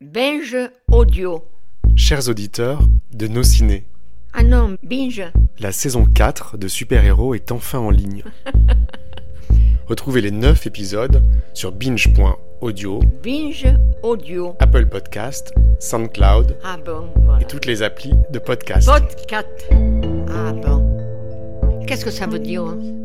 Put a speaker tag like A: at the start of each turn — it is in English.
A: Binge audio.
B: Chers auditeurs de Nos Ciné,
A: Ah non, binge.
B: la saison 4 de Super-Héros est enfin en ligne. Retrouvez les 9 épisodes sur binge.audio,
A: Binge audio.
B: Apple Podcast, SoundCloud
A: Ah bon, voilà.
B: et toutes les applis de podcast.
A: Podcast. Ah bon. Qu'est-ce que ça veut dire hein